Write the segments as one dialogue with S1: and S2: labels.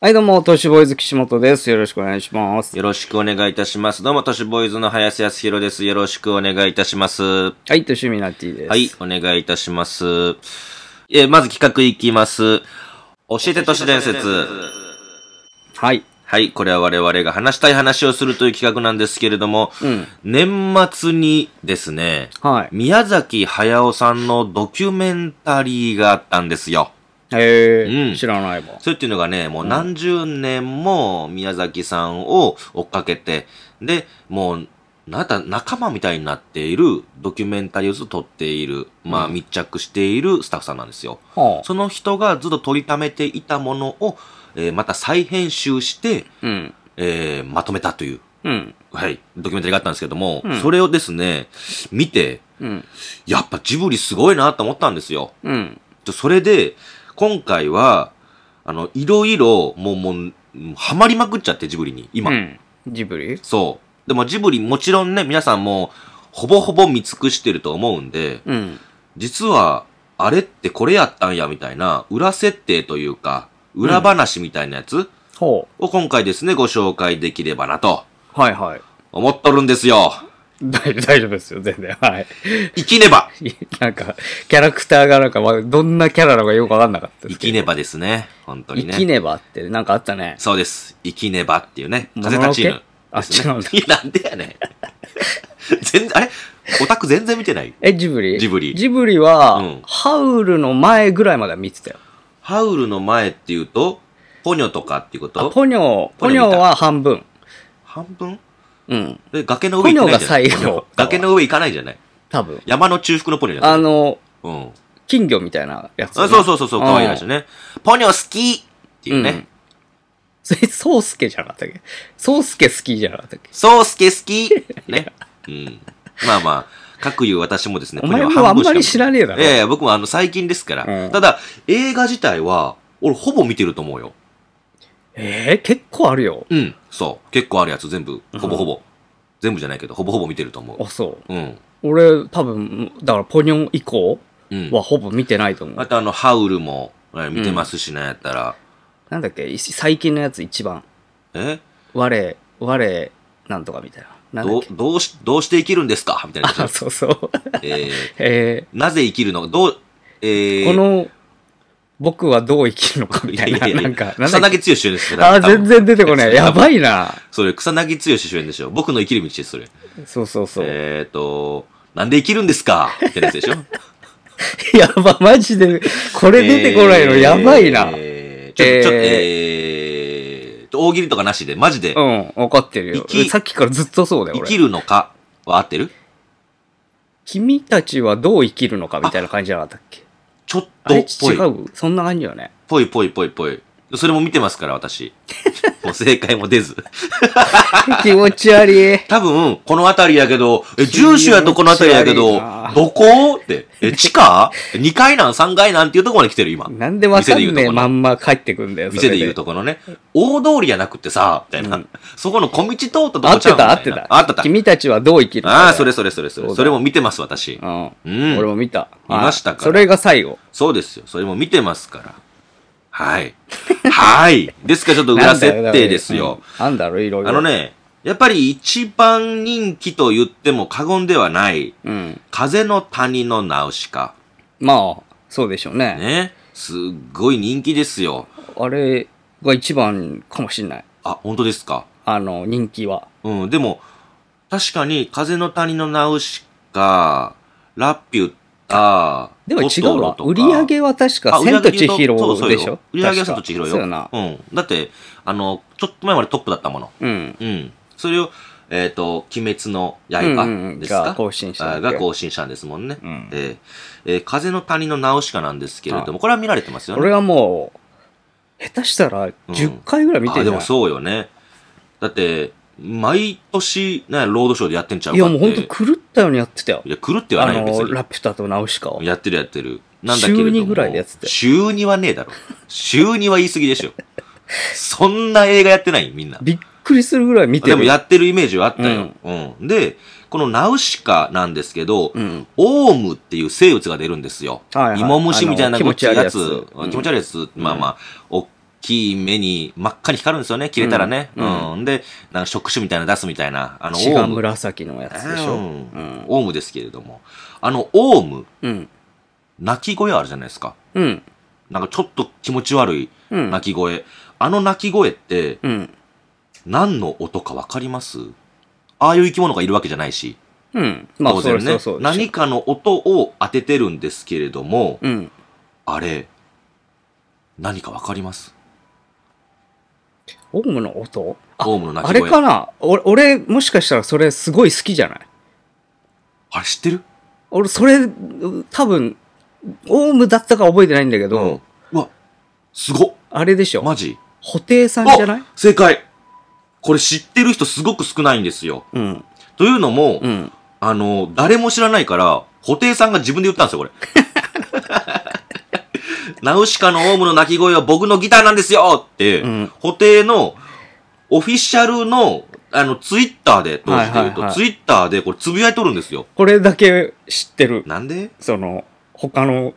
S1: はい、どうも、都市ボーイズ岸本です。よろしくお願いします。
S2: よろしくお願いいたします。どうも、都市ボーイズの林康弘です。よろしくお願いいたします。は
S1: はい、都市ミナティです。
S2: い、お願いいたします。えーまず企画いきます。教えて都市伝説。
S1: はい。
S2: はい、これは我々が話したい話をするという企画なんですけれども、
S1: うん。
S2: 年末にですね、
S1: はい。
S2: 宮崎駿さんのドキュメンタリーがあったんですよ。
S1: へえ、
S2: うん
S1: 知らないわ。
S2: それっていうのがね、もう何十年も宮崎さんを追っかけて、で、もう、なんだ、仲間みたいになっているドキュメンタリーを撮っている、まあ密着しているスタッフさんなんですよ。
S1: はあ。
S2: その人がずっと撮りためていたものを、えーまた再編集して、
S1: うん。
S2: えーまとめたという、
S1: うん。
S2: はい、ドキュメンタリーがあったんですけども、
S1: うん
S2: それをですね、見て、
S1: うん。
S2: やっぱジブリすごいなと思ったんですよ。
S1: うん。
S2: でそれで、今回は、あの、いろいろ、もう、もううん、ハマりまくっちゃって、ジブリに、今。
S1: うん。ジブリ
S2: そう。でも、ジブリ、もちろんね、皆さんもう、ほぼほぼ見尽くしてると思うんで、
S1: うん。
S2: 実は、あれってこれやったんや、みたいな、裏設定というか、裏話みたいなやつ
S1: ほ
S2: を今回ですね、ご紹介できればなと、
S1: う。はいはい。
S2: 思っとるんですよ。
S1: 大大丈夫ですよ、全然。はい。
S2: 生きねば
S1: なんか、キャラクターがなんか、わどんなキャラなのかよくわかんなかったで す
S2: 生
S1: け
S2: き
S1: ど。
S2: ねばですね、本当にね。
S1: 生きねばって、なんかあったね。
S2: そうです。生きねばっていうね、
S1: モノ
S2: 風
S1: ノ
S2: 立ち
S1: ケ
S2: ぬ。
S1: あ、違うんだ。
S2: いや、なんでやねん。 全然、あれオタク全然見てない
S1: え、ジブリ
S2: ジブリ
S1: ジブリは、
S2: うん
S1: ハウルの前ぐらいまでは見てたよ。
S2: ハウルの前っていうと、ポニョとかっていうこ
S1: あ
S2: と
S1: ポニョ、ポ
S2: ポ
S1: ニ
S2: ニョ見た
S1: ョは半分。
S2: 半分
S1: うん。
S2: え崖の上行かないじゃない
S1: ポニョが最後
S2: ポニョ崖の上行かないじゃない
S1: 多分。
S2: 山の中腹のポニョじゃない
S1: あの、
S2: うん。あ
S1: 金魚みたいなやつ、
S2: そうそうそうそう、可愛いらしいね。ポニョ好きっていう
S1: うん
S2: ね。
S1: それ、ソウスケじゃなかったっけソウスケ好きじゃなかったっけ
S2: ソースケ好きね。うん。まあまあ、各言う私もですね、
S1: お前
S2: ポニョ
S1: も
S2: は
S1: あん
S2: 半分し
S1: ま
S2: か
S1: り知らねえだろ。
S2: ええ、僕もあの、最近ですか
S1: う
S2: ら。
S1: ん
S2: ただ、映画自体は、俺ほぼ見てると思うよ。
S1: えー結構あるよ。
S2: うん、そう。結構あるやつ全部、ほぼほぼ。全部じゃないけど、ほぼほぼ見てると思
S1: あ、そう。
S2: う。うん。
S1: 俺、多分、だからポニョン以降
S2: うん。
S1: はほぼ見てないと思う。
S2: あとあの、ハウルも、え見てますしね、やったら。
S1: なんだっけい最近のやつ一番。
S2: え
S1: 我、我、なんとかみたいな。なんだ
S2: ど
S1: っ
S2: う
S1: け、
S2: どうし、どうして生きるんですかみたいなやつ。
S1: あ、 そうそう。
S2: え
S1: え
S2: ーなぜ生きるのどう、え
S1: ー
S2: ー、
S1: こ、の、僕はどう生きるのかみたいな。なんか、なん
S2: 草
S1: だっ
S2: 薙
S1: け
S2: 剛主演ですけど。
S1: あ、
S2: 多
S1: 全。
S2: 分
S1: 然出てこない。やばいな。
S2: それ、草薙剛主演でしょ。僕の生きる道です、それ。
S1: そうそうそう。
S2: えーと、なんで生きるんですかってやつでしょ。
S1: やば、マジで、これ 出てこないの、
S2: えー
S1: やばいな。
S2: えーちょっと、ちょっと、
S1: えー
S2: えーと、大喜利とかなしで、マジで、
S1: うん、分かってるよ
S2: 生。き
S1: さっきからずっとそうだよ、
S2: 生き
S1: 俺。
S2: るのかは合ってる
S1: 君たちはどう生きるのかみたいな感じじゃなかったっけ
S2: ちょっ
S1: あ
S2: と
S1: れ
S2: っぽ
S1: 違
S2: い。
S1: うそんな感じよね。
S2: ぽいぽいぽいぽい。それも見てますから、私。 もう正解も出ず。
S1: 気持ち悪い。
S2: 多分、この辺りやけど、え、住所やとこの辺りやけ
S1: 気持
S2: ど
S1: ち悪いな、
S2: どこって、え、地下 ?2 階なん ?3 階なんっていうところまで来てる、今。
S1: なんでわかん
S2: 店で
S1: ねえ
S2: 言うとこの
S1: まんま帰ってくんだよ、そ
S2: 店
S1: れ
S2: で言う。とこのね、大通りじゃなくてさ、みたいな。
S1: うん
S2: そこの小道通ったと
S1: 合
S2: こ
S1: っ
S2: ち
S1: て
S2: ゃうみ
S1: た、
S2: いな
S1: 合ってた。
S2: あったた。
S1: 君たちはどう生きるのか
S2: ああ、それそれそれそ
S1: そう
S2: れ。
S1: だ
S2: それも見てます、私
S1: う。ん。
S2: うん
S1: 俺も見た。
S2: 見ましたから
S1: それが最後。
S2: そうですよ。それも見てますから。 はい。はい。ですから、ちょっと裏設定ですよ。
S1: なんだろう。なんだろう、いろいろ。
S2: あの。ね、やっぱり一番人気と言っても過言ではない、
S1: うん。
S2: 風の谷のナウシカ。
S1: まあ、そうでしょうね。
S2: ね。すっごい人気ですよ。
S1: あれが一番かもしんない。
S2: あ、本当ですか。
S1: あの、人気は。
S2: うん、でも、確かに風の谷のナウシカ、ラピュタ、
S1: でも違
S2: ト
S1: う
S2: トロ
S1: わ。
S2: とか
S1: 売り上げは確
S2: あ
S1: か、
S2: 売り上
S1: 千
S2: げ
S1: と
S2: で
S1: 千
S2: 言うと
S1: 尋
S2: そうそうよ
S1: でしょ
S2: 売り上げ
S1: 確
S2: は千
S1: か
S2: と千尋よ。
S1: そうやな。
S2: うん。だって、あの、ちょっと前までトップだったもの。
S1: うん。
S2: うん。それを、えっ、と、鬼滅の
S1: うんうんう
S2: 刃
S1: ん
S2: ですか、
S1: が更新したんだっ
S2: あ
S1: け
S2: が更新したんですもんね。
S1: うん
S2: えええー風の谷のナウシカなんですけれども、これは見られてますよね。
S1: 俺はもう、下手したら10回ぐらい見て
S2: あ
S1: る
S2: で
S1: じゃん。
S2: もそうよね。だって、毎年、ね、ロードショーでやってんちゃう
S1: い
S2: か
S1: や
S2: って。
S1: もう本当狂ったようにやってたよ
S2: い。や、狂っては
S1: あ
S2: ないよ、別
S1: の、
S2: に。
S1: ラピュタとナウシカを。
S2: やってるやってる。なんだけれども。
S1: 週二ぐらいでやってたよ
S2: 週2はねえだろ。週2は言い過ぎでしょ。そんな映画やってないみんな。
S1: びっくりするぐらい見て
S2: で
S1: る。
S2: もやってるイメージはあったよ。うん。で、このナウシカなんですけど、
S1: うん。
S2: オウムっていう生物が出るんですよ。
S1: はいはい
S2: 芋虫みたいな
S1: あの
S2: ごっついや
S1: 気持
S2: つ
S1: ち悪いやつ。
S2: 気持ち悪いやつ。まあまあ、おっきい目に真っ赤に光るんですよね、切れたらね。う。
S1: うんん
S2: で、なんか触手みたいなの出すみたいな。あの、
S1: 血が
S2: オウム。
S1: 紫のやつでしょ。
S2: う
S1: うんん。
S2: オウムですけれども。あの、オウム、
S1: うん。
S2: 鳴き声あるじゃないですか。
S1: うん。
S2: なんかちょっと気持ち悪い
S1: うん
S2: 鳴。き声。あの鳴き声って
S1: うん。
S2: 何の音かわかりますああいう生き物がいるわけじゃないし。
S1: うん。まあ、
S2: 当
S1: そ
S2: 然
S1: う
S2: ね。
S1: そうそう。
S2: 何かの音を当ててるんですけれども、
S1: うん。
S2: あれ、何かわかります
S1: オウムの音あ
S2: オウムの鳴
S1: あ
S2: き
S1: れ
S2: 声。
S1: かなお俺、もしかしたらそれすごい好きじゃない
S2: あれ知ってる
S1: 俺、それ、多分、オウムだったか覚えてないんだけど、
S2: ん。うわ、すごっ
S1: あれでしょ。
S2: マジ
S1: 布袋さんじゃない
S2: お正解これ知ってる人すごく少ないんですよ。
S1: うん。
S2: というのも、
S1: うん。
S2: あの、誰も知らないから、布袋さんが自分で言ったんです よ、これ。ナウシカのオウムの鳴き声は僕のギターなんですよって、
S1: うん
S2: 布袋のオフィシャルの、あの、ツイッターで、当時で言う
S1: はい
S2: と、
S1: はいはい
S2: ツイッターでこれつぶやいとるんですよ。
S1: これだけ知ってる。
S2: なんで
S1: その、他の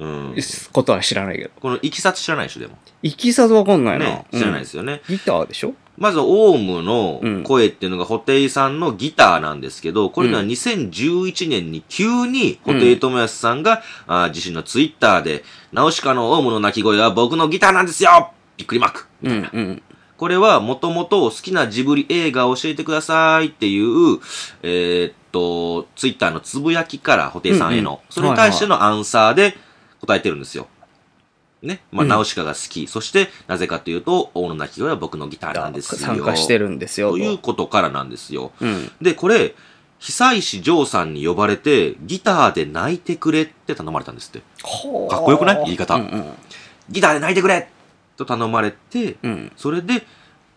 S2: うん。
S1: ことは知らないけど。
S2: このいきさつ知らないでしょ、でも。
S1: いきさつわかんないな。。
S2: ね、知らないですすよね。
S1: ギターでしょ
S2: まず、オウムの声っていうのが、布袋さんのギターなんですけど、これが
S1: うん
S2: 2011年に急に、布袋寅泰さんが、あー自身のツイッターで、ナウシカのオウムの鳴き声は僕のギターなんですよびっくりマークみ
S1: う
S2: た
S1: ん
S2: いな。
S1: うん。
S2: これは、もともと好きなジブリ映画を教えてくださいっていう、えーっと、ツイッターのつぶやきから、布袋さんへの、
S1: うんうん
S2: それに対してのアンサーで答えてるんですよ。ね。まあ、
S1: うん
S2: ナウシカが好き。そして、なぜかというと、オウムの鳴き声は僕のギターなんですよ。
S1: 参加してるんですよ。
S2: ということからなんですよ。
S1: うん。
S2: で、これ、久石譲さんに呼ばれて、ギターで泣いてくれって頼まれたんですって。
S1: か
S2: かっこよくない言い方
S1: うんうん
S2: ギターで泣いてくれと頼まれて、
S1: うん。
S2: それで、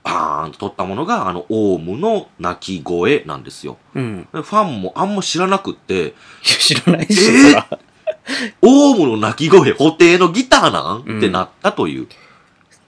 S2: バーンと取ったものが、あの、オウムの鳴き声なんですよ。
S1: うん。
S2: でファンもあんま知らなくって、
S1: 知らない
S2: え
S1: し、
S2: ー
S1: そ ら
S2: オウムの鳴き声、布袋のギターなん、
S1: うん
S2: ってなったという。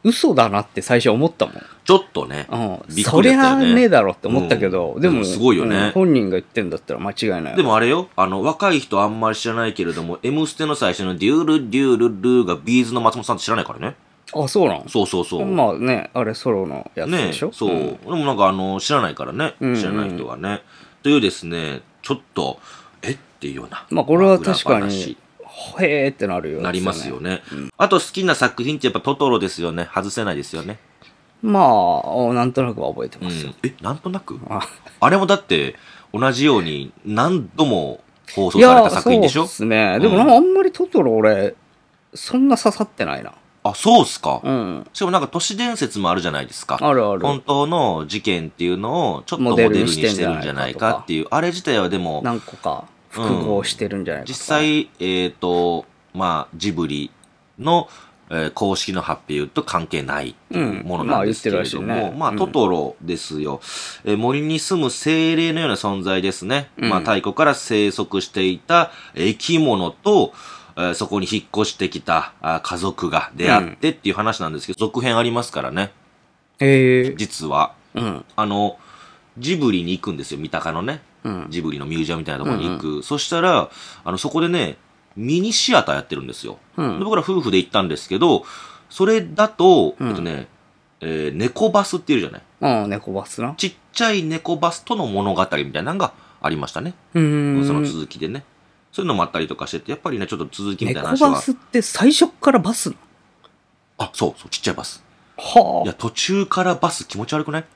S1: 嘘だなって最初思ったもん。
S2: ちょっとね。
S1: うん、
S2: びっ
S1: そ
S2: くり
S1: り
S2: だったよ
S1: ゃ
S2: ね
S1: ねえだろって思ったけど、
S2: うん
S1: で
S2: う
S1: も、
S2: んすごいよね
S1: うん本人が言ってんだったら間違いない。
S2: で、もあれよ、あの、若い人あんまり知らないけれども、M ステの最初のデュール、デュール、ルーがビーズの松本さんって知らないからね。
S1: あ、そうなん
S2: そうそうそう。
S1: まあね、あれソロのやつ
S2: ね
S1: でしょ、
S2: そう、
S1: ん
S2: でもなんかあの知らないからね、
S1: うんうん
S2: 知らない人はねというですねちょっとえっていうような
S1: まあこれは確
S2: 裏
S1: か
S2: 話
S1: に、へーってなるよ、
S2: なりますよ。ね、
S1: うん
S2: あと好きな作品ってやっぱトトロですよね外せないですよね、
S1: まあ、なんとなくは覚えて
S2: うん
S1: ますよ。
S2: えなんとなく
S1: あ
S2: あれもだって同じように何度も放送
S1: い
S2: され
S1: や、
S2: た
S1: そ
S2: 作
S1: う
S2: 品
S1: で
S2: でしょ
S1: すね。でもなん
S2: う
S1: かあんまりトトロ俺、そんな刺さってないな。
S2: あそうっすか、
S1: うん。
S2: しかもなんか都市伝説もあるじゃないですか
S1: あるある。
S2: 本当の事件っていうのをちょっとモ
S1: モ
S2: デ
S1: デ
S2: ル
S1: ル
S2: に
S1: にしてん
S2: し
S1: じ
S2: て
S1: ゃな
S2: る
S1: いかとか
S2: んじゃないかっていうあれ自体はでも
S1: 何個か複合してるんじゃないか
S2: 実
S1: とか、
S2: 際、えっ、と、まあ、ジブリの、えー公式の発表と関係ないっていうものなんですけれど
S1: う
S2: も、
S1: んま
S2: まあ
S1: あ言ってるらしいねうん
S2: トトロですよ、えー森に住む精霊のような存在ですね。
S1: うん
S2: まあ、太古から生息していたえー生き物と、えーそこに引っ越してきたあー家族が出会ってっていう話なんですけど、続編ありますからね、
S1: へえ。
S2: 実は。
S1: うん。
S2: あの、ジブリに行くんですよ、三鷹のね。
S1: うん。
S2: ジブリのミュージアムみたいなところに行く。そしたら、あの、そこでね、ミニシアターやってるんですよ。
S1: う
S2: で
S1: ん。
S2: 僕ら夫婦で行ったんですけど、それだと、
S1: うん
S2: えっとね、えー猫バスっていうじゃない。
S1: うん、猫バスな。
S2: ちっちゃい猫バスとの物語みたいなのがありましたね。
S1: うーん。
S2: その続きでね。そういうのもあったりとかしてて、やっぱりね、ちょっと続きみたいな
S1: 猫
S2: 話は
S1: バ。スって最初っからバスな
S2: あ、そうそう、ちっちゃいバス。
S1: のは
S2: いや、途中からバス気持ち悪くない
S1: あ。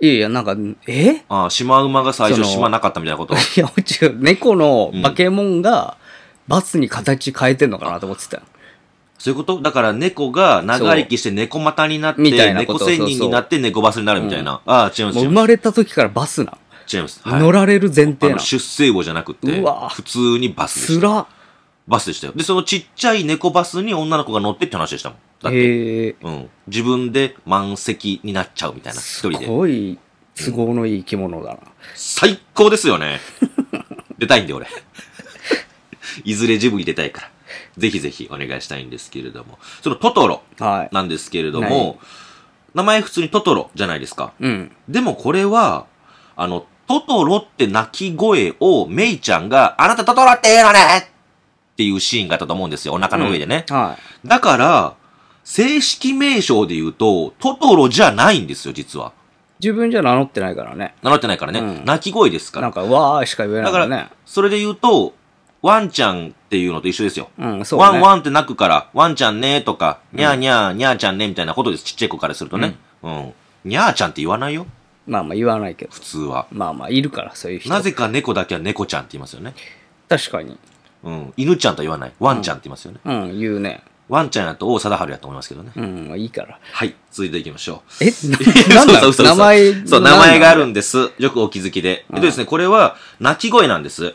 S1: いやいや、なんか、え
S2: あー、シマウマが最初
S1: その
S2: 島なかったみたいなこと。
S1: いや、違う。猫の化け物がバスに形変えてんのかなと思ってたよ。
S2: そういうことだから猫が長生きして猫股になって、
S1: みたいなこ
S2: 猫
S1: と
S2: 仙
S1: そう
S2: 人
S1: そう
S2: になって猫バスになるみたいな。ああ、違い
S1: もう
S2: ます、違い
S1: 生
S2: ま
S1: まれた時からバスな。
S2: す。違います。はい
S1: 乗られる前
S2: あ
S1: 提
S2: の
S1: な。
S2: 出生後じゃなくて
S1: うわ、
S2: 普通にバスで
S1: つ
S2: した。
S1: ら。
S2: バスでしたよ。で、そのちっちゃい猫バスに女の子が乗ってって話でしたもん。だって、
S1: へえ。
S2: うん。自分で満席になっちゃうみたいな、一
S1: す
S2: 人で。
S1: ごい都合のいい生き物だな。
S2: 最高ですよ ね。出たいんで、俺。いずれジブリ出たいから。ぜひぜひお願いしたいんですけれども。そのトトロ。
S1: は
S2: なんですけれど
S1: は
S2: も、名前普通にトトロじゃないですか。
S1: い。うん。
S2: でもこれは、あの、トトロって鳴き声をメイちゃんが、あなたトトロって言うのねっていうシーンがあったと思うんですよ。お腹の上でね。
S1: は
S2: だから、正式名称で言うと、トトロじゃないんですよ、実は。
S1: 自分じゃ名乗ってないからね。
S2: 名乗ってないからね。
S1: うん
S2: 鳴き声ですか
S1: な
S2: ら
S1: ん。か、わーしか言えな
S2: だ
S1: い
S2: か
S1: から
S2: ら、
S1: ね。
S2: それで言うと、ワンちゃんっていうのと一緒ですよ。
S1: うん、そうね。
S2: ワンワンって鳴くから、ワンちゃんねとか、にゃーにゃー、にゃーちゃんねみたいなことです。ちっちゃい子からするとね。うん。にゃーちゃんって言わないよ、
S1: まあまあ言わないけど。
S2: 普通は。
S1: まあまあ、いるから、そういう人。
S2: なぜか猫だけは猫ちゃんって言いますよね。
S1: 確かに。
S2: うん。犬ちゃんとは言わない。ワンちゃんって言いますよね。
S1: うん、言うね。
S2: ワンちゃんやと王貞治やと思いますけどね。
S1: うん、まあいい から。
S2: はい。続いていきましょう。
S1: え、ななんだ
S2: そうそうそうそう
S1: 名前。
S2: そう、名前があ
S1: る。
S2: るんです。よくお気づきで。え
S1: ん
S2: っとですね、これは、鳴き声なんです。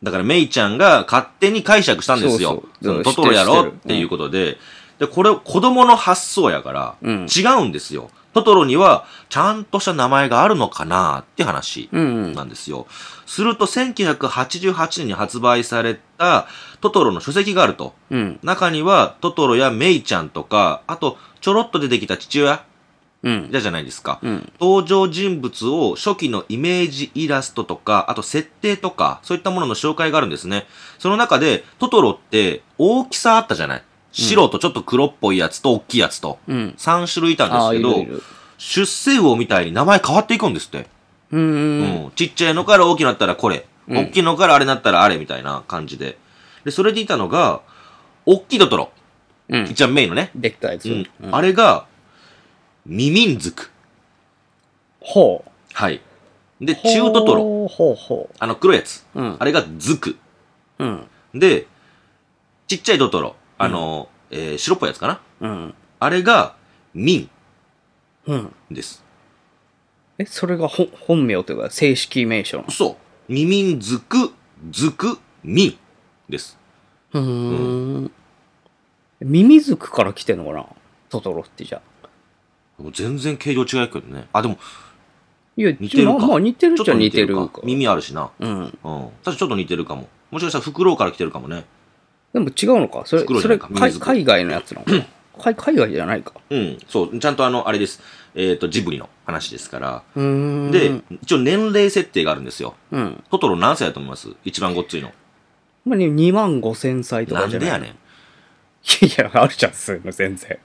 S2: だから、メイちゃんが勝手に解釈したんですよ。
S1: そうそう
S2: そのトトロや
S1: 知って
S2: ろっ
S1: る知ってる
S2: ていうことで。で、これ、子供の発想やから、
S1: うん
S2: 違うんですよ。トトロには、ちゃんとした名前があるのかなって話
S1: うんうん。
S2: なんですよ。すると、1988年に発売された、トトロの書籍があると。
S1: うん。
S2: 中には、トトロやメイちゃんとか、あと、ちょろっと出てきた父親
S1: うん。
S2: じゃじゃないですか。
S1: うん。
S2: 登場人物を初期のイメージイラストとか、あと設定とか、そういったものの紹介があるんですね。その中で、トトロって大きさあったじゃない白とちょっと黒っぽいやつと大きいやつと。
S1: うん。
S2: 3種類いた
S1: ああ、い
S2: んですけど、
S1: るいる。
S2: 出世魚みたいに名前変わっていくんですって。
S1: うんうんうん。
S2: うんちっちゃいのから大きくなったらこれ。
S1: うん
S2: 大きいのからあれなったらあれみたいな感じで。で、それでいたのが、大きいトトロ。
S1: うん。
S2: 一番メインのね。
S1: できたやつ。
S2: うん
S1: う。ん
S2: あれが、ミミンズク。
S1: ほう。
S2: はい。で、中トトロ。
S1: ほうほうほ
S2: あの黒いやつ。
S1: う。うん。
S2: あれがズク。
S1: うん。
S2: で、ちっちゃいトトロ。あの、えー白っぽいやつかな。
S1: うん。
S2: あれが、ミ
S1: うん。
S2: ンです。
S1: え、それがほ本名というか、正式名称な
S2: そう。ミミンズク、ズク、ミンです。
S1: の。うん。ミミズクから来てんのかなトトロってじゃあ。
S2: もう全然形状違うけどね。あ、でも、
S1: いや、
S2: 似てるか
S1: まあまあ似てる
S2: ちょ
S1: っ
S2: っ
S1: ちゃ
S2: と
S1: 似
S2: 似
S1: て
S2: て
S1: る
S2: る
S1: か
S2: か。。耳あるしな。
S1: うん。
S2: うん。確かにちょっと似てるかも。もしかしたらフクロウから来てるかもね。
S1: でも違うのか。それ、
S2: 袋
S1: そ
S2: じ
S1: れ
S2: ゃないかミミ
S1: 海
S2: ズク
S1: 海外のやつなのか な。海海外じゃないか。
S2: うん。そう。ちゃんとあの、あれです。えっ、と、ジブリの話ですから。
S1: うん
S2: で、一応年齢設定があるんですよ。
S1: うん。
S2: トトロ何歳だと思います一番ごっついの。
S1: まあ、2万5千歳と
S2: な
S1: か
S2: ん
S1: じゃ
S2: で
S1: ない
S2: やねん。
S1: いやいや、あるじゃん、そういうの全 然。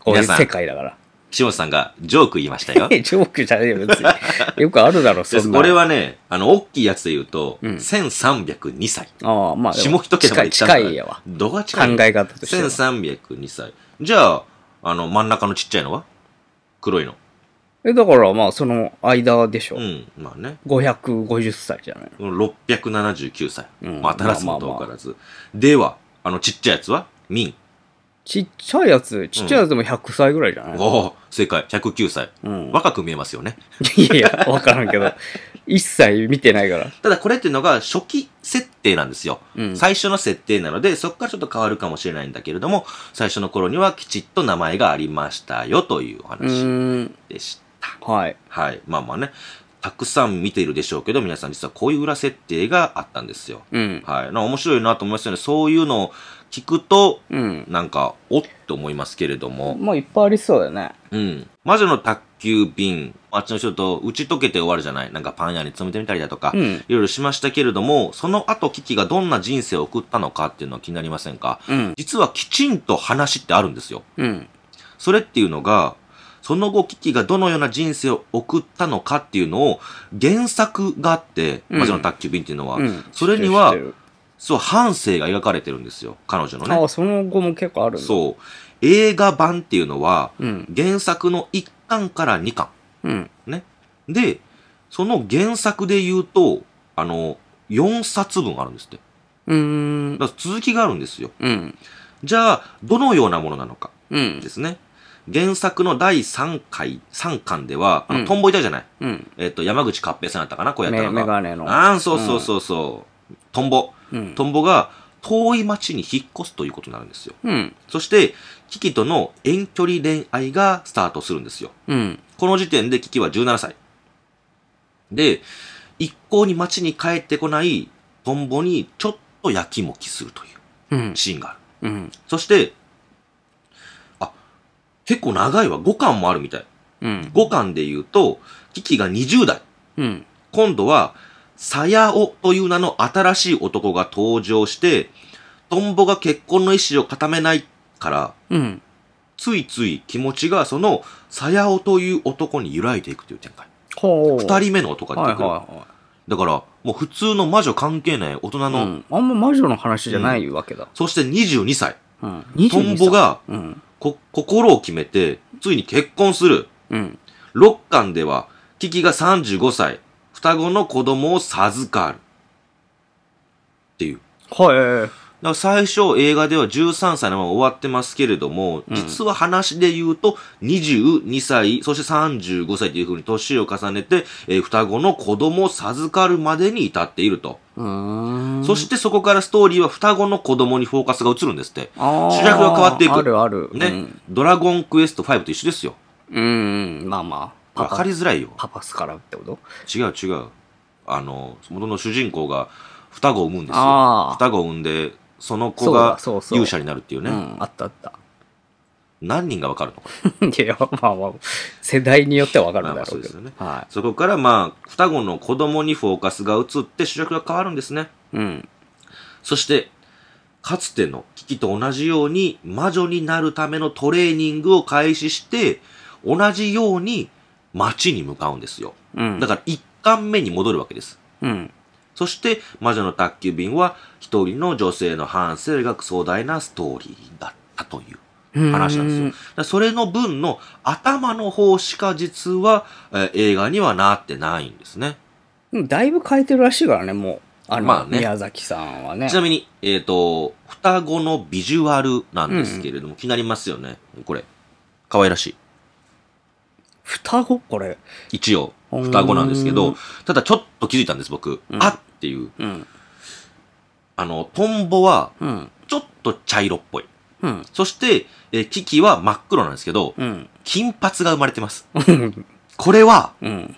S1: こういう
S2: 皆さん
S1: 世界だから。
S2: 岸本さんがジョーク言いました よ。
S1: え、ジョークじゃねえよ、別 に。よくあるだろ、そ
S2: です
S1: んな。
S2: 俺。はね、あの、大きいやつで言うと、
S1: うん
S2: 1302歳。
S1: ああ、まあでも、
S2: 下一桁
S1: 近
S2: まで
S1: い、
S2: 行った
S1: 近
S2: んだから
S1: いやわ。
S2: どこが近
S1: 考
S2: い
S1: え方としては。
S2: ?1302 歳。じゃあ、あの、真ん中のちっちゃいのは黒いの。
S1: え、だから、まあ、その間でしょ。
S2: うん、まあね。
S1: 550歳じゃない
S2: 679歳。
S1: うん
S2: まあ、当たらずも遠からず。では、あの、ちっちゃいやつはミン。
S1: ちっちゃいやつ、ちっちゃいやつでも100歳ぐらいじゃない、うん、
S2: おお正解。109歳。若く見えますよね。
S1: いやいや、わからんけど。一切見てないから。
S2: ただこれっていうのが初期設定なんですよ。
S1: うん
S2: 最初の設定なので、そこからちょっと変わるかもしれないんだけれども、最初の頃にはきちっと名前がありましたよというお
S1: う
S2: 話
S1: ーん。
S2: でした。
S1: はい。
S2: はい。まあまあね、たくさん見ているでしょうけど、皆さん実はこういう裏設定があったんですよ。
S1: うん。
S2: はい。なんか面白いなと思いますよね。そういうのを聞くと、
S1: うん。
S2: なんか、おっと思いますけれども。
S1: まあ、いっぱいありそうだよね。
S2: うん。魔女の宅急便、あっちの人と打ち解けて終わるじゃない。なんかパン屋に詰めてみたりだとか、
S1: うん。
S2: いろいろしましたけれども、その後キキがどんな人生を送ったのかっていうのは気になりませんか
S1: うん。
S2: 実はきちんと話ってあるんですよ。
S1: うん。
S2: それっていうのが、その後キキがどのような人生を送ったのかっていうのを原作があって、
S1: うん
S2: 魔女の宅急便っていうのは、
S1: うん
S2: それには
S1: 知ってる知ってる
S2: そう、半生が描かれてるんですよ。彼女の
S1: あ
S2: ね。
S1: あ、その後も結構あるんだ
S2: そう。映画版っていうのは、
S1: うん。
S2: 原作の1巻から2巻。
S1: うん。
S2: ね。で、その原作で言うと、あの、4冊分あるんですって。
S1: うーん。
S2: だから続きがあるんですよ。
S1: うん。
S2: じゃあ、どのようなものなのか
S1: うん
S2: で。すね。原作の第3回、3巻では、あ
S1: うん
S2: の、トンボいたじゃない。
S1: うん。
S2: えっ、と、山口勝平さんだったかな、こうやった
S1: メ
S2: の
S1: メ
S2: が。
S1: ガネの。
S2: あん、そうそうそうそう。トンボ。
S1: うん。
S2: トンボが、遠い町に引っ越すということになるんですよ。
S1: うん。
S2: そして、キキとの遠距離恋愛がスタートするんですよ。
S1: うん。
S2: この時点でキキは17歳。で、一向に町に帰ってこないトンボにちょっとやきもきするという
S1: うん。
S2: シーンがある。
S1: うん。
S2: そして、あ、結構長いわ。5巻もあるみたい。
S1: うん。
S2: 5巻で言うと、キキが20代。
S1: うん。
S2: 今度は、サヤオという名の新しい男が登場して、トンボが結婚の意思を固めないから、
S1: うん。
S2: ついつい気持ちがその、鞘尾という男に揺らいでいくという展開。
S1: ほう。
S2: 二人目の男が
S1: は
S2: 出
S1: い
S2: て
S1: はい
S2: くる。
S1: は
S2: だから、もう普通の魔女関係ない大人
S1: い。う
S2: の、
S1: ん。あんま魔女の話じゃないわけだ。
S2: そして22歳、
S1: うん。
S2: トンボ
S1: が。
S2: が
S1: うん。
S2: こ心を決めて、ついに結婚する。
S1: うん。
S2: 6巻では、キキが35歳、双子の子供を授かる。っていう。
S1: はい。
S2: だから最初映画では13歳のまま終わってますけれども、
S1: うん
S2: 実は話で言うと22歳、そして35歳というふうに年を重ねて、えー双子の子供を授かるまでに至っていると。
S1: うーん。
S2: そしてそこからストーリーは双子の子供にフォーカスが移るんですって。
S1: あー、
S2: 主役が変わっていく
S1: あるある。
S2: ね、ドラゴンクエスト5と一緒ですよ。
S1: うん。うん。まあまあ。
S2: わかりづらいよ。
S1: パパスからってこと
S2: 違う違う。あの、元の主人公が双子を産むんですよ。
S1: ああ。
S2: 双子を産んで、その子
S1: そうだ
S2: が
S1: そうそう
S2: 勇者になるっていうね。
S1: うん。あったあった。
S2: 何人がわかるのか
S1: いや、まあまあ、世代によってはわかるんだろうけど。
S2: まあ
S1: は
S2: そこからまあ、双子の子供にフォーカスが移って主役が変わるんですね。
S1: い。うん。
S2: そして、かつての危機と同じように魔女になるためのトレーニングを開始して、同じように街に向かうんですよ。
S1: うん。
S2: だから一巻目に戻るわけです。
S1: うん。
S2: そして、魔女の宅急便は一人の女性の半生が壮大なストーリーだったという。話なんですよ。だからそれの分の頭の方しか実は、えー映画にはなってないんですね。
S1: うん。だいぶ変えてるらしいからね、もう。あの、
S2: まあね
S1: 宮崎さんはね
S2: ち。なみに、えっ、と、双子のビジュアルなんですけれども、気になりますよね。これ。可愛らし
S1: 双子これ。
S2: い。一応、双子なんですけ
S1: う
S2: ど
S1: ん、
S2: ただちょっと気づいたんです、僕。
S1: うん
S2: あっていう。
S1: うん。
S2: あの、トンボは、
S1: うん。
S2: ちょっと茶色っぽい。
S1: うん。
S2: そして、えーキキは真っ黒なんですけど、
S1: うん。
S2: 金髪が生まれてます。
S1: うん
S2: これは、
S1: うん。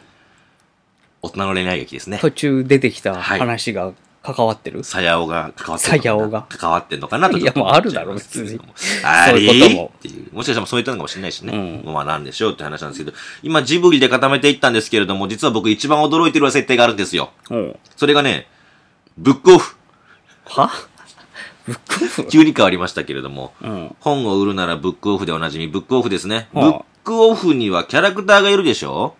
S2: 大人の恋愛劇ですね。
S1: 途中出てきた
S2: はい
S1: 話が関わってる、
S2: さやおが関わってるのかな。
S1: さやおが
S2: 関わってんのかなと
S1: いやもうあるだろ別に。
S2: あり
S1: そういうこと
S2: も
S1: も。
S2: っていう。もしかしたらそういったのかもしれないしね。
S1: う
S2: まあなんでしょうって話なんですけど、今ジブリで固めていったんですけれども、実は僕一番驚いてる設定があるんですよ。
S1: うん、
S2: それがね、ブックオフ。
S1: はブックオフ
S2: 急に変わりましたけれども、
S1: うん。
S2: 本を売るならブックオフでおなじみ、ブックオフですね。ブ
S1: はあ
S2: ックオフにはキャラクターがいるでしょ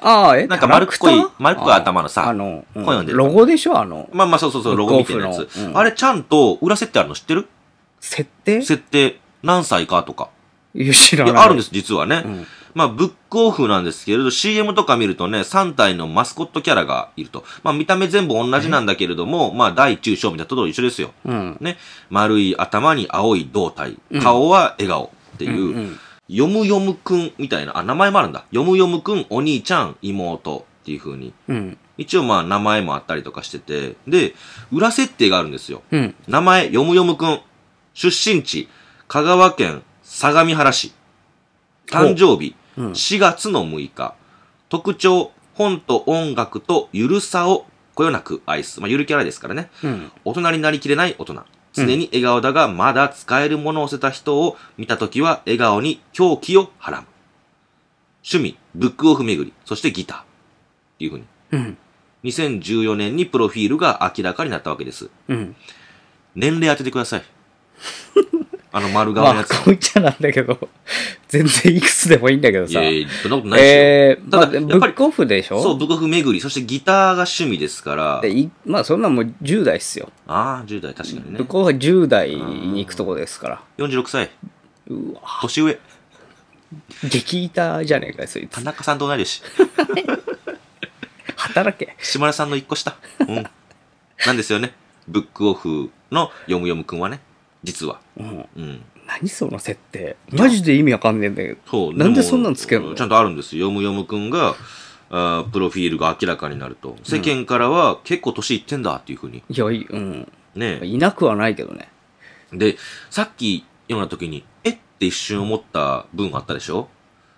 S1: ああ、え
S2: なんか丸っこい
S1: キャラクター
S2: 丸っこい頭のさ
S1: あの、うん
S2: こういうの出る
S1: ロゴでしょあの、
S2: まあまあそうそうそう、ロゴみたいなや
S1: ブッ
S2: つ
S1: クオフ。のうん
S2: あれちゃんと裏設定あるの知ってる
S1: 設定
S2: 設定何歳かとか。
S1: いや知ら
S2: い
S1: ない。
S2: やあるんです、実はね。
S1: うん
S2: まあ、ブックオフなんですけれど、CM とか見るとね、3体のマスコットキャラがいると。まあ、見た目全部同じなんだけれども、まあ、大中小みたいなところ一緒ですよ。
S1: うん。
S2: ね。丸い頭に青い胴体
S1: う。ん
S2: 顔は笑顔っていう、
S1: うんうん
S2: 読む読むくんみたいな、あ、名前もあるんだ。読む読むくん、お兄ちゃん、妹っていう風に。
S1: うん。
S2: 一応まあ、名前もあったりとかしてて、で、裏設定があるんですよ。
S1: うん。
S2: 名前、読む読むくん。出身地、香川県相模原市。誕生日、
S1: うん
S2: 4月の6日。特徴、本と音楽とゆるさをこよなく愛す。まあ、ゆるキャラですからね。
S1: うん。
S2: 大人になりきれない大人。常に笑顔だが、まだ使えるものを捨てた人を見たときは、笑顔に狂気をはらむ。趣味、ブックオフ巡り、そしてギター。っていうふうに。
S1: うん。
S2: 2014年にプロフィールが明らかになったわけです。
S1: うん。
S2: 年齢当ててください。 あの丸顔の
S1: まあ、
S2: やつ。
S1: 顔いっちゃなんだけど、 全然いくつでもいいんだけど
S2: い
S1: さ。
S2: や
S1: え
S2: いや、そんなことないですよ。
S1: ー
S2: た
S1: ま
S2: だ
S1: あでも
S2: やっ
S1: ブ
S2: ぱり
S1: ックオフでしょ
S2: そう、ブック巡り、そしてギターが趣味ですから
S1: で、いまあ、そんなんもう10代っすよ。
S2: ああ、10代確かにね
S1: ブッ。クオフは10代に行くとこですから。
S2: 46歳、
S1: うわ、
S2: 年上、
S1: 激板じゃねえかよ、そい
S2: 田
S1: つ。
S2: 中さんと同い年、
S1: 働け。
S2: 島田さんの一個下。うん。なんですよね。ブックオフのよむよむくんはね、実は。
S1: うん。
S2: うん。
S1: 何その設定マジで意味わかんねえんだけど
S2: そう。
S1: なんで
S2: も
S1: そんなんつけるの
S2: ちゃんとあるんですよ。よむよむくんが、あープロフィールが明らかになると。世間からは結構年いってんだっていうふうに。
S1: いやいいうん
S2: ね。
S1: いなくはないけどね
S2: で、さっき読んだ時に、えって一瞬思った文あったでしょ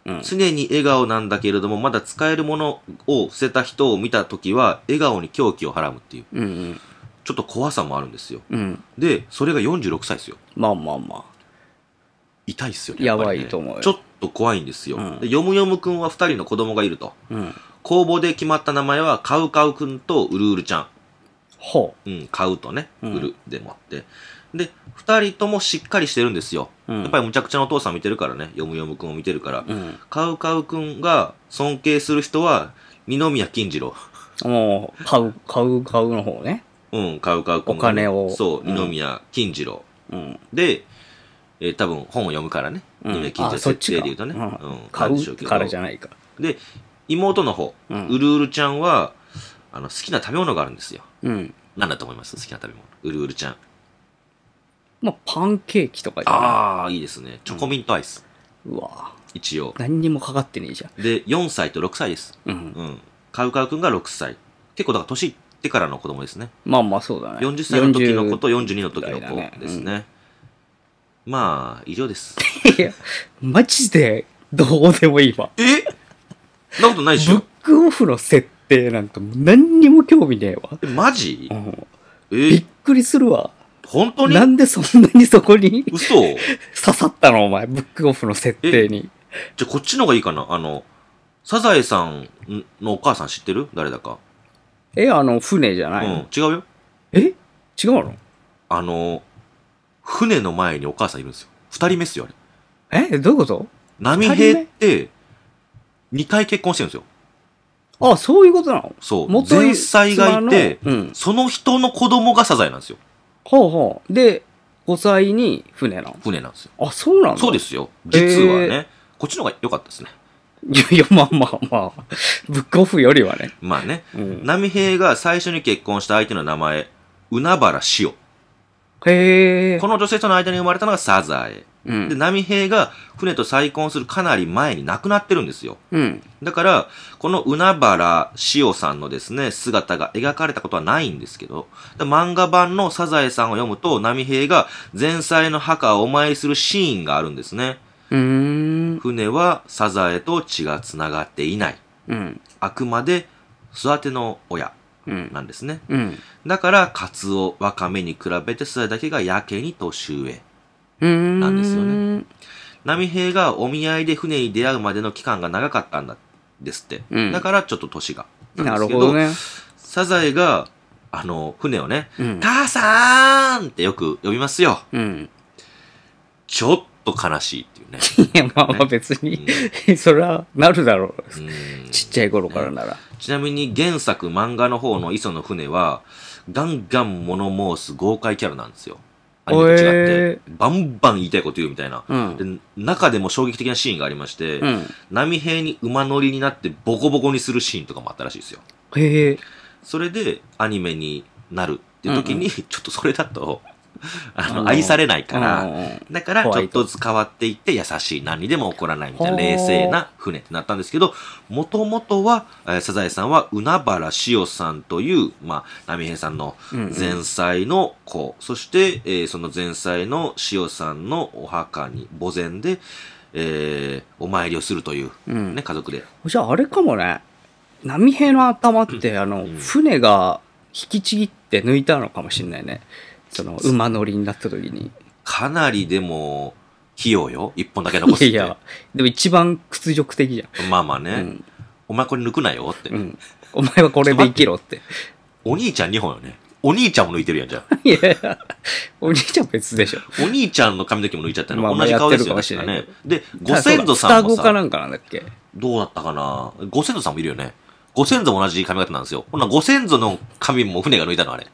S1: うん
S2: 常に笑顔なんだけれども、まだ使えるものを捨てた人を見た時は、笑顔に狂気をはらむっていう、
S1: うんうん
S2: ちょっと怖さもあるんですよ。
S1: うん
S2: で、それが46歳ですよ。
S1: まあまあま
S2: 痛いっすよね。
S1: やばい
S2: っぱりね
S1: と思うよ
S2: ちょっと怖いんですよ。
S1: うん
S2: で、よむよむくんは二人の子供がいると。
S1: あうん
S2: 公募で決まった名前は、カウカウくんとウルウルちゃん。
S1: ほ
S2: うん、買うとね、
S1: うん
S2: 売るでもあって。で、二人ともしっかりしてるんですよ。
S1: う。うん
S2: やっぱりむちゃくちゃのお父さん見てるからね、よむよむくんを見てるから。
S1: うん。
S2: カウカウくんが尊敬する人は、二宮金次郎。
S1: もう、買う、買う、買うの方ね。
S2: うん、カウカウくんが。
S1: お金を
S2: そう、
S1: うん
S2: 二宮金次郎。
S1: うん。
S2: で、えー多分本を読むからね。
S1: うん
S2: 二宮金次郎
S1: あそっ
S2: 設
S1: ち
S2: 定
S1: か
S2: で言うとね。
S1: うん
S2: うん
S1: 買
S2: なんでしょ
S1: う
S2: けど
S1: からじゃないか。
S2: で、妹の方、う
S1: うん
S2: るうるちゃんは、あの、好きな食べ物があるんですよ。
S1: うん。
S2: なんだと思います好きな食べ物。うるうるちゃん。
S1: まあ、パンケーキとかじゃな
S2: ああ、いいですね。チョコミントアイス。
S1: いうわ
S2: 一応。
S1: 何にもかかってねえじゃん。
S2: で、4歳と6歳です。
S1: うん。
S2: うん。カウカウくんが6歳。結構だから年いってからの子供ですね。
S1: まあまあ、そうだね。
S2: 40歳の時の子と42の時
S1: ぐらい
S2: の
S1: だね
S2: 子ですね。まあ、以 上です。
S1: いや、マジで、どうでもいいわ。
S2: えそんなことないでし
S1: ブ
S2: ょ
S1: ックオフの設定なんかもう何にも興味ねえわ。
S2: えマジ
S1: うんび
S2: え
S1: っくりするわ。
S2: 本当に
S1: なんでそんなにそこに 刺
S2: 嘘じ
S1: さったのお前、ブックオフの設定に。
S2: ゃあこっちの方がいいかなあの、サザエさんのお母さん知ってる誰だか。
S1: え、あの、船じゃ
S2: う
S1: ない
S2: ん
S1: の、、
S2: 違うよ。
S1: え違うの
S2: あの、船の前にお母さんいるんですよ。二人目っすよ、あれ。
S1: えどういうこと
S2: 波平って、二回結婚してるんですよ。
S1: あ、そういうことなの
S2: そう。前妻がいて、
S1: 妻のうん。
S2: その人の子供がサザエなんですよ。
S1: ほうほう。で、5歳に船なの。
S2: 船なんですよ。
S1: あ、そうなんだ。。
S2: そうですすよ。実はね、こっちの方が良かったですね。
S1: いやいや、まあまあまあ。ブックオフよりはね。
S2: まあね。
S1: うん、
S2: 波平が最初に結婚した相手の名前、海原潮。
S1: へえ。
S2: この女性との間に生まれたのがサザエ。
S1: う
S2: で、
S1: ん。
S2: 波平が船と再婚するかなり前に亡くなってるんですよ。
S1: うん。
S2: だから、この海原潮さんのですね、姿が描かれたことはないんですけど、で漫画版のサザエさんを読むと、波平が前妻の墓をお参りするシーンがあるんですね。
S1: うーん。
S2: 船はサザエと血が繋がっていない。
S1: うん。
S2: あくまで育ての親
S1: うん。
S2: なんですね。
S1: うん。
S2: だから、カツオ、ワカメに比べてサザエだけがやけに年上。
S1: うん。
S2: なんですよ
S1: ね。
S2: 波平がお見合いで船に出会うまでの期間が長かったんだですって。
S1: うん
S2: だからちょっと年が。ん
S1: な
S2: です
S1: る
S2: けど
S1: ほどね。
S2: サザエが、あの、船をね、
S1: うん。
S2: 母さーんってよく呼びますよ。
S1: うん。
S2: ちょっと悲しいっ ていうね。
S1: いや、まあまあ別に、 それはなるだろう。
S2: うんうん
S1: ちっちゃい頃からなら。
S2: ちなみに原作漫画の方の磯の船は、ガンガン物申す豪快キャラなんですよ。アニメと違って、バンバン言いたいこと言うみたいな。
S1: うん。
S2: で中でも衝撃的なシーンがありまして、
S1: うん。
S2: 波平に馬乗りになってボコボコにするシーンとかもあったらしいですよ。
S1: へえ。
S2: それでアニメになるっていう時に、ちょっとそれだと、あ
S1: あ
S2: の、
S1: の
S2: 愛されないか
S1: う
S2: ら、
S1: んうん
S2: だから
S1: ホ
S2: ち
S1: ワ
S2: ょっ
S1: イト
S2: とずつ変わっていって優しい、何にでも怒らないみたいな
S1: ほー
S2: 冷静な船ってなったんですけど、もともとは、えーサザエさんは海原しおさんという、まあ、波平さんの
S1: うんうん
S2: 前妻の子、そして、えーその前妻のしおさんのお墓に墓前で、えーお参りをするという、
S1: うん
S2: ね、家族で。
S1: じゃああれかもね。波平の頭って、あの、
S2: うん
S1: 船が引きちぎって抜いたのかもしれないね。その、馬乗りになった時に。
S2: かなりでも、費用よ。一本だけ残すっ
S1: い
S2: て。
S1: やいや、でも一番屈辱的じ
S2: まあまあね、
S1: ゃん。うん。
S2: お前これ抜くなよって。
S1: うん。お前はこれで生きろって。
S2: お兄ちゃん2本よね。お兄ちゃんも抜いてるやん、じゃあ。
S1: いやいや、お兄ちゃん別でしょ。
S2: お兄ちゃんの髪の毛も抜いちゃったの。
S1: まあまあ
S2: 同じ顔ですよ
S1: や
S2: ね。
S1: ってるかも
S2: 確か
S1: しれ
S2: ね
S1: ない。
S2: で、ご先祖
S1: ただ
S2: さ
S1: 双
S2: ん
S1: 子
S2: も
S1: かな
S2: さ、
S1: んかなんだっけ
S2: どうだったかなご先祖さんもいるよね。ご先祖も同じ髪型なんですよ。ほな、ご先祖の髪も船が抜いたの、あれ。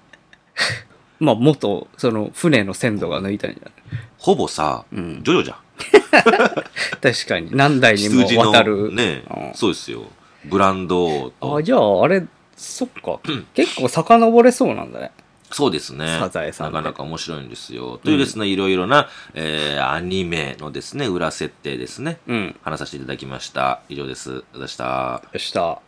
S1: まあ、元、その、船の鮮度が抜いたんじゃない
S2: ほぼさ、
S1: うん
S2: ジョジョじゃん。
S1: 確かに。何代にも
S2: 数字の
S1: わたる。
S2: ね
S1: うん、
S2: そうですよ。ブランドと
S1: あ、。じゃあ、あれ、そっか。結構遡れそうなんだね。
S2: そうですね。
S1: サザエさんって
S2: なかなか面白いんですよ。というですね、いろいろな、えー、アニメのですね、裏設定ですね。
S1: うん。
S2: 話させていただきました。以上です。ありがとうございました。
S1: よした。